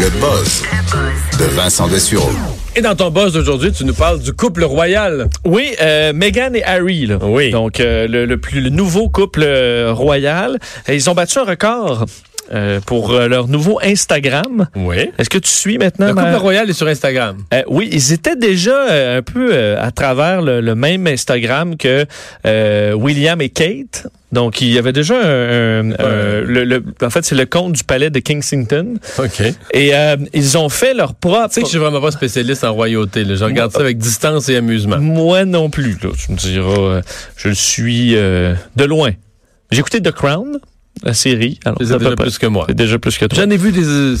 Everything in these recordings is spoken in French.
Le buzz de Vincent Dessureau. Et dans ton boss d'aujourd'hui, tu nous parles du couple royal. Oui, euh, Meghan et Harry, là. Oui. donc euh, le, le plus le nouveau couple euh, royal, Et ils ont battu un record euh, pour euh, leur nouveau Instagram. Oui. Est-ce que tu suis maintenant Le couple ma- royal est sur Instagram. Euh, oui, ils étaient déjà euh, un peu euh, à travers le, le même Instagram que euh, William et Kate. Donc, il y avait déjà un... un- un- le- le- en fait, c'est le compte du palais de Kensington. OK. Tu Et euh, ils ont fait leur propre... sais que je suis vraiment pas spécialiste en royauté. là. Je regarde ça avec distance et amusement. Moi non plus. Là. Tu me diras, euh, je le suis euh, de loin. J'ai écouté The Crown, la série. Alors, Tu à sais peu déjà près. plus que moi. C'est déjà plus que toi. J'en ai vu des... euh,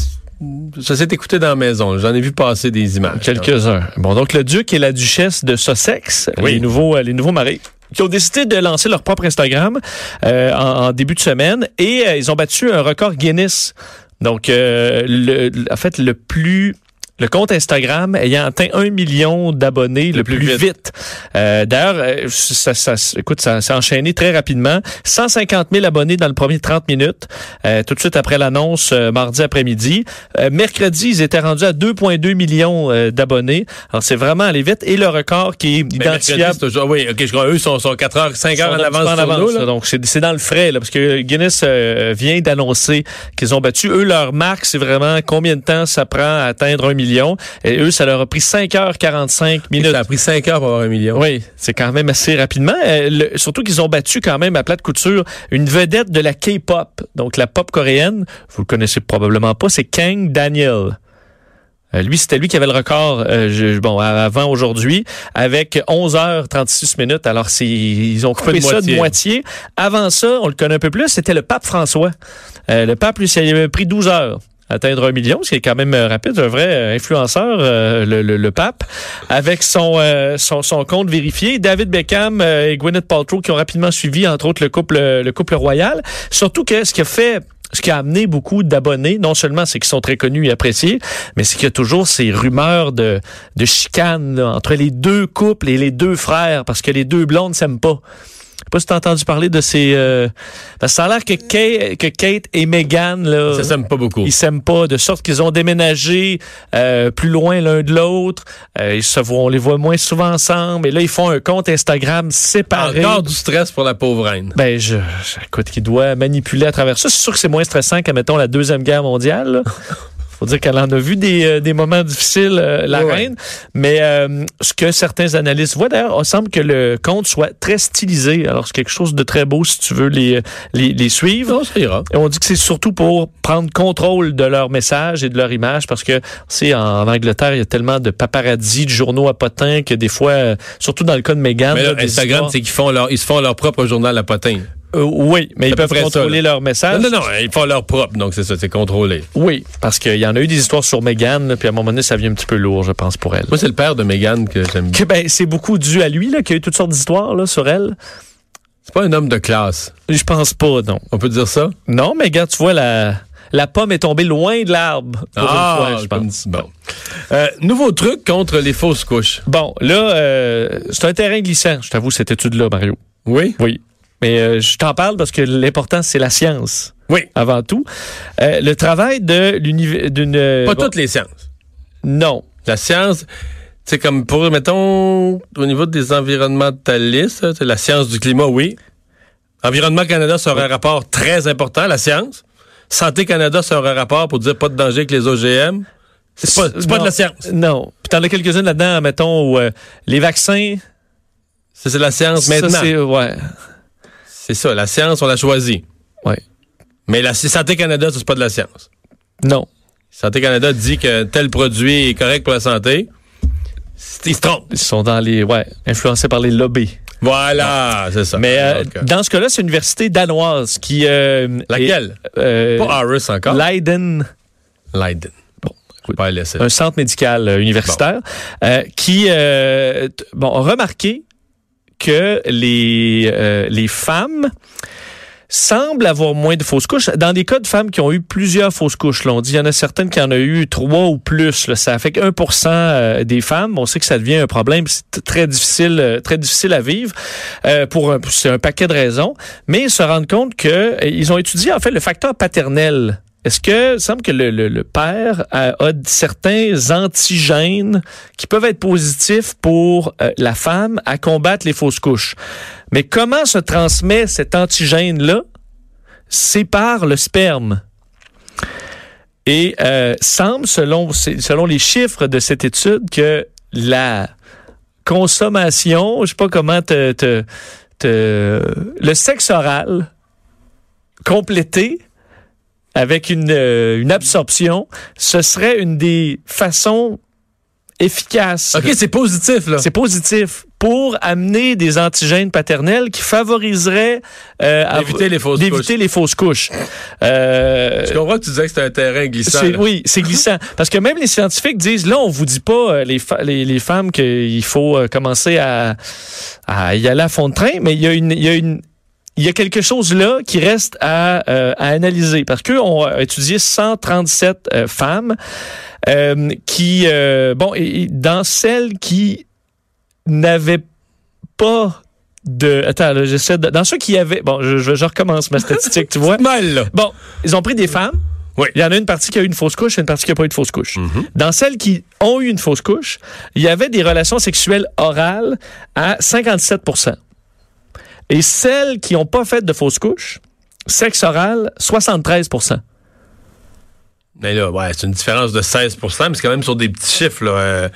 Ça s'est écouté dans la maison. J'en ai vu passer des images. Quelques-uns. Bon, donc le duc et la duchesse de Sussex, Oui. les nouveaux, euh, les nouveaux maris, qui ont décidé de lancer leur propre Instagram euh, en, en début de semaine et euh, ils ont battu un record Guinness. Donc, euh, le, le- en fait, le plus le compte Instagram ayant atteint un million d'abonnés le, plus, vite. Euh, D'ailleurs, euh, ça, ça, écoute, ça s'est enchaîné très rapidement. 150 000 abonnés dans le premier 30 minutes, euh, tout de suite après l'annonce euh, mardi après-midi. Euh, mercredi, ils étaient rendus à 2,2 millions euh, d'abonnés. Alors, c'est vraiment aller vite. Et le record qui est Mais Ben, mercredi, identifiable... c'est toujours- Oui, OK, je crois eux sont, sont 4 heures, 5 heures Ils en sont un petit peu avance sur nous. là. là. donc c'est c'est dans le frais là, parce que Guinness euh, vient d'annoncer qu'ils ont battu eux leur marque c'est vraiment combien de temps ça prend à atteindre un million et eux ça leur a pris 5h45 Et minutes Ça a pris 5 heures pour avoir un million. oui, c'est quand même assez rapidement. Euh, le- surtout qu'ils ont battu quand même à plate couture une vedette de la K-pop, donc la pop coréenne. Vous le connaissez probablement pas, c'est Kang Daniel. Euh, lui, c'était lui qui avait le record, euh, je- bon, a- avant aujourd'hui, avec 11h36 minutes. Alors, c'est, ils ont coupé Coupé Ah, ça de moitié. moitié. Avant ça, on le connaît un peu plus, c'était le pape François. Euh, le pape, lui, ça lui avait pris 12 heures à atteindre un million, ce qui est quand même euh, rapide, un vrai euh, influenceur, euh, le, le- le pape, avec son, euh, son, son compte vérifié. David Beckham euh, et Gwyneth Paltrow qui ont rapidement suivi, entre autres, le couple, le couple royal. Surtout que ce qui a fait... Ce qui a amené beaucoup d'abonnés, non seulement c'est qu'ils sont très connus et appréciés, mais c'est qu'il y a toujours ces rumeurs de, de chicanes là, entre les deux couples et les deux frères, parce que les deux blondes s'aiment pas. Je sais pas si t'as entendu parler de ces... euh, parce que ça a l'air que Kate, que Kate et Meghan, là, Ça s'aime pas beaucoup. ils s'aiment pas, de sorte qu'ils ont déménagé euh, plus loin l'un de l'autre. Euh, ils se voient, on les voit moins souvent ensemble. Et là, ils font un compte Instagram séparé. Encore du stress pour la pauvre reine. Ben, je, je- écoute, qui doit manipuler à travers ça. C'est sûr que c'est moins stressant qu'à, mettons, la Deuxième Guerre mondiale. là. Faut dire qu'elle en a vu des, euh, des moments difficiles, euh, la Ouais. reine. Mais euh, ce que certains analystes voient, d'ailleurs, il semble que le compte soit très stylisé. Alors, c'est quelque chose de très beau si tu veux les, les, les suivre. Non, ça ira. Et on dit que c'est surtout pour prendre contrôle de leur message et de leur image parce que, c'est en Angleterre, il y a tellement de paparazzi, de journaux à potins que des fois, euh, surtout dans le cas de Meghan, Mais là, là, des Instagram, histoires- c'est qu'ils font leur, ils se font leur propre journal à potin. Euh, oui, mais ils à peu peuvent près ça, contrôler leur message. Non, non, non, ils font leur propre, donc c'est ça, c'est contrôlé. Oui, parce qu'il y en a eu des histoires sur Meghan, là, puis à un moment donné, ça vient un petit peu lourd, je pense, pour elle. Moi, c'est le père de Meghan que j'aime bien. Que, ben, c'est beaucoup dû à lui, là, qu'il y a eu toutes sortes d'histoires là, sur elle. C'est pas un homme de classe. Je pense pas, non. On peut dire ça? Non, Meghan, tu vois, la, la pomme est tombée loin de l'arbre. pour Ah, une fois, Ah, je pense. comme si- Bon. Euh, nouveau truc contre les fausses couches. Bon, là, euh, c'est un terrain glissant, je t'avoue, cette étude-là, Mario. Oui? Oui. Mais euh, je t'en parle parce que l'important, c'est la science, Oui. avant tout. Euh, le travail de l'univers... d'une... Pas bon, toutes les sciences. Non. La science, c'est comme pour, mettons, au niveau des environnementalistes, hein, c'est la science du climat, oui. Environnement Canada sera un rapport très important, la science. Santé Canada sera un rapport pour dire pas de danger avec les OGM. C'est pas, c'est pas de Non. la science. Non. Puis t'en as quelques-unes là-dedans, mettons, où, euh, les vaccins... Ça, C'est la science Ça, maintenant. c'est- ouais. C'est ça, la science, on la choisit. Ouais. Mais la Santé Canada, ça, c'est pas de la science. Non. Santé Canada dit que tel produit est correct pour la santé. C'est- Ils se trompent. Ils sont dans les. Ouais. Influencés par les lobbies. Voilà, c'est ça. Mais euh, Donc, euh, dans ce cas-là, c'est l'université danoise qui. euh, Laquelle? est- euh, pas Harris encore. Leiden. Leiden. Bon, faut pas aller laisser. un centre médical euh, universitaire, euh, qui euh, t- bon, a remarqué que les, euh, les femmes semblent avoir moins de fausses couches. Dans des cas de femmes qui ont eu plusieurs fausses couches, là, on dit il y en a certaines qui en ont eu trois ou plus. Là, ça fait que 1% euh, des femmes, on sait que ça devient un problème, c'est t- très difficile, euh, très difficile à vivre euh, pour un, c'est un paquet de raisons. Mais ils se rendent compte que euh, ils ont étudié en fait le facteur paternel. Est-ce que il semble que le, le- le père a, a certains antigènes qui peuvent être positifs pour euh, la femme à combattre les fausses couches? Mais comment se transmet cet antigène-là? C'est par le sperme. Et euh, semble, selon, selon les chiffres de cette étude, que la consommation, je sais pas comment te, te- te- le sexe oral complété avec une, euh, une absorption, ce serait une des façons efficaces. OK, Euh, c'est positif, là. C'est positif pour amener des antigènes paternels qui favoriseraient euh, à- D'éviter les fausses d'éviter les fausses couches. Euh, Je comprends que tu disais que c'était un terrain glissant. c'est- là. oui, c'est glissant. Parce que même les scientifiques disent, là, on vous dit pas, euh, les, fa- les, les femmes, qu'il faut euh, commencer à, à y aller à fond de train, mais il y a une... il y a une- il y a quelque chose là qui reste à, euh, à analyser parce qu'eux ont euh, étudié 137 euh, femmes euh, qui, euh, bon, et- et dans celles qui n'avaient pas de... Attends, là, j'essaie de... Dans ceux qui avaient... Bon, je, je, je recommence ma statistique, tu vois. Mal, là. Bon, ils ont pris des femmes. Oui. Il y en a une partie qui a eu une fausse couche et une partie qui n'a pas eu de fausse couche. Mhm. Dans celles qui ont eu une fausse couche, il y avait des relations sexuelles orales à 57 Et celles qui n'ont pas fait de fausse couche, sexe oral, 73 Mais là, ouais, c'est une différence de 16 mais c'est quand même sur des petits chiffres, là. Euh,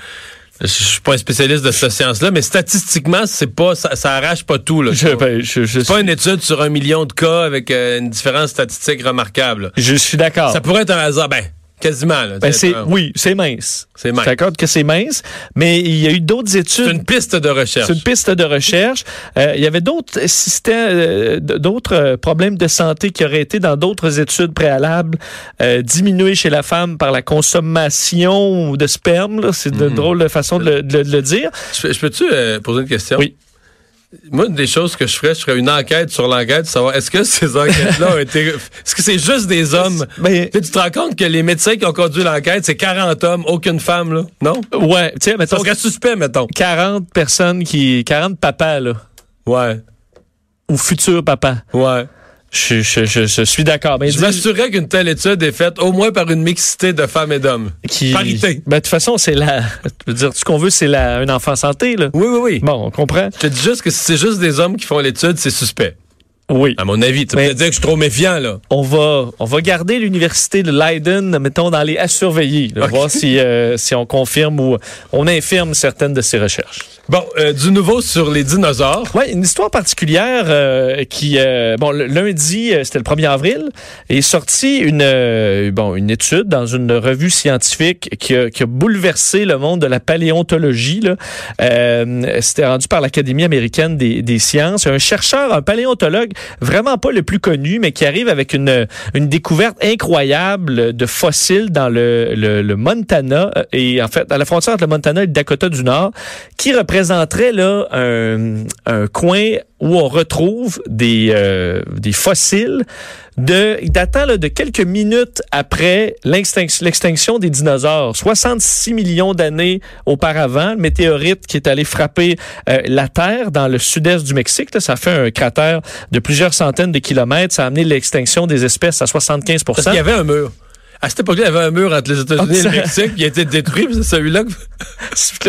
je je suis pas un spécialiste de cette science-là, mais statistiquement, c'est pas, ça, ça arrache pas tout, là. Je, ben, je- je- C'est pas une étude sur un million de cas avec euh, une différence statistique remarquable. là. je suis d'accord. Ça pourrait être un hasard, ben, quasiment. là. Ben, c'est, un- oui, c'est mince. C'est mince. Je suis d'accord que c'est mince, mais il y a eu d'autres c'est études une piste de recherche. C'est une piste de recherche. Euh, il y avait d'autres systèmes, euh, d- d'autres euh, problèmes de santé qui auraient été dans d'autres études préalables euh, diminués chez la femme par la consommation de sperme. là. C'est Mhm. de drôle de façon de le, de- de le dire. Je, je peux-tu euh, poser une question? Oui. Moi, une des choses que je ferais, je ferais une enquête sur l'enquête, savoir est-ce que ces enquêtes-là ont été. Est-ce que c'est juste des hommes? Mais- Tu sais, tu te rends compte que les médecins qui ont conduit l'enquête, c'est 40 hommes, aucune femme, là? Non? Ouais, tu sais, mettons Sauf qu'à suspect, mettons. 40 personnes qui, 40 papas là, Ouais. ou futurs papas. Ouais. Je, je- je- je suis d'accord. Ben, Mais Je dis- m'assurerais qu'une telle étude est faite au moins par une mixité de femmes et d'hommes. qui- Parité. Ben, de toute façon, c'est la. Je veux dire, tout ce qu'on veut, c'est la, un enfant santé là. Oui, oui, oui. Bon, on comprend. Je te dis juste que si c'est juste des hommes qui font l'étude, c'est suspect. Oui. À mon avis. Tu peux Mais- peut-être dire que je suis trop méfiant, là. on va, on va garder l'université de Leiden, mettons, dans les à surveiller, là, voir si, euh, si on confirme ou on infirme certaines de ses recherches. Bon, euh, du nouveau sur les dinosaures. Ouais, une histoire particulière euh, qui, euh, bon, le- lundi, euh, c'était le 1er avril, est sortie une, euh, bon, une étude dans une revue scientifique qui a, qui a bouleversé le monde de la paléontologie. là. Euh, c'était rendu par l'Académie américaine des, des sciences. Un chercheur, un paléontologue, vraiment pas le plus connu, mais qui arrive avec une, une découverte incroyable de fossiles dans le, le, le Montana euh, et en fait à la frontière entre le Montana et le Dakota du Nord, qui représenterait là un, un coin où on retrouve des, euh, des fossiles de datant là, de quelques minutes après l'extinction l'extinction des dinosaures, 66 millions d'années auparavant, le météorite qui est allé frapper euh, la Terre dans le sud-est du Mexique, là, ça fait un cratère de plusieurs centaines de kilomètres, ça a amené l'extinction des espèces à 75 Parce qu'il y avait un mur. À cette époque-là, il y avait un mur entre les États-Unis et le Mexique. Il a été détruit, puis c'est celui-là. que-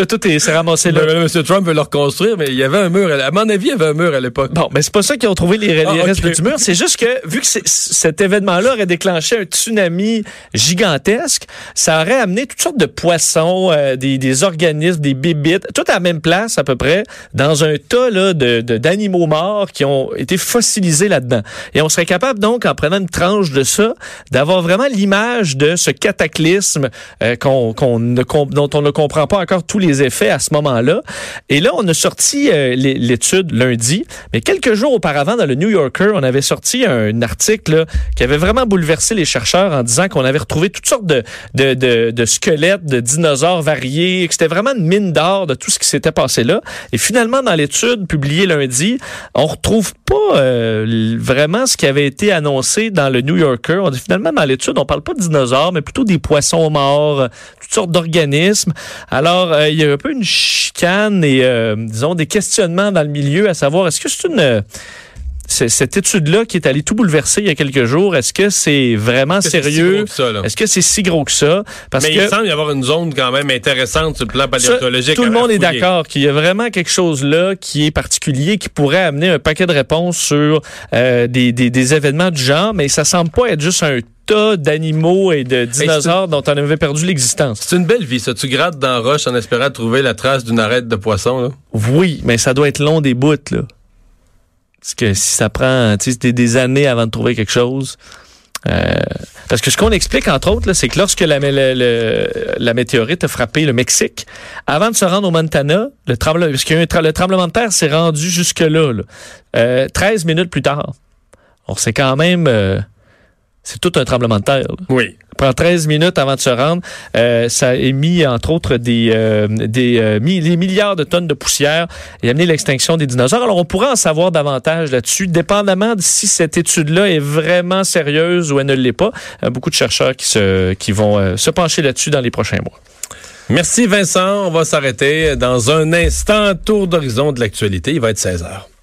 Là, tout est- s'est ramassé là. Ben, ben, M. Trump veut le reconstruire, mais il y avait un mur. À à mon avis, il y avait un mur à l'époque. Bon, mais c'est pas ça qu'ils ont trouvé les, les Ah, ok. restes du mur. C'est juste que, vu que c'est- cet événement-là aurait déclenché un tsunami gigantesque, ça aurait amené toutes sortes de poissons, euh, des, des organismes, des bébites, tout à la même place à peu près, dans un tas là, de- de- d'animaux morts qui ont été fossilisés là-dedans. Et on serait capable donc, en prenant une tranche de ça, d'avoir vraiment l'image image de ce cataclysme euh, qu'on, qu'on ne com- dont on ne comprend pas encore tous les effets à ce moment-là. Et là, on a sorti euh, l'é- l'étude lundi, mais quelques jours auparavant, dans le New Yorker, on avait sorti un article là, qui avait vraiment bouleversé les chercheurs en disant qu'on avait retrouvé toutes sortes de, de, de, de squelettes, de dinosaures variés, et que c'était vraiment une mine d'or de tout ce qui s'était passé là. Et finalement, dans l'étude publiée lundi, on retrouve pas euh, l- vraiment ce qui avait été annoncé dans le New Yorker. On dit finalement, dans l'étude, on parle pas de dinosaures, mais plutôt des poissons morts, euh, toutes sortes d'organismes. Alors, euh, il y a un peu une chicane et, euh, disons, des questionnements dans le milieu à savoir, est-ce que c'est une... euh, c'est- cette étude-là qui est allée tout bouleverser il y a quelques jours, est-ce que c'est vraiment Est-ce que c'est si sérieux? gros que ça, là? Est-ce que c'est si gros que ça? Parce Mais que il semble y avoir une zone quand même intéressante sur le plan ça, paléontologique. tout le à- à monde est fouiller. d'accord qu'il y a vraiment quelque chose là qui est particulier, qui pourrait amener un paquet de réponses sur euh, des, des- des événements du genre, mais ça semble pas être juste un tas d'animaux et de dinosaures dont on avait perdu l'existence. C'est une belle vie, ça. Tu grattes dans la roche en espérant trouver la trace d'une arête de poisson. Là. Oui, mais ça doit être long des bouts, là. Parce que si ça prend tu sais, des, des années avant de trouver quelque chose. euh, parce que ce qu'on explique, entre autres, là, c'est que lorsque la, mé- le- le- la météorite a frappé le Mexique, avant de se rendre au Montana, le tremblement, parce qu'il y a eu un tra- le tremblement de terre s'est rendu jusque-là, là. Euh, 13 minutes plus tard. On sait quand même... euh, c'est tout un tremblement de terre. là Oui. prend 13 minutes avant de se rendre. Euh, ça a émis, entre autres, des, euh, des, euh, mi- des milliards de tonnes de poussière et a amené l'extinction des dinosaures. Alors, on pourrait en savoir davantage là-dessus, dépendamment de si cette étude-là est vraiment sérieuse ou elle ne l'est pas. Euh, beaucoup de chercheurs qui, se, qui vont euh, se pencher là-dessus dans les prochains mois. Merci Vincent. On va s'arrêter dans un instant. Tour d'horizon de l'actualité. Il va être 16 heures.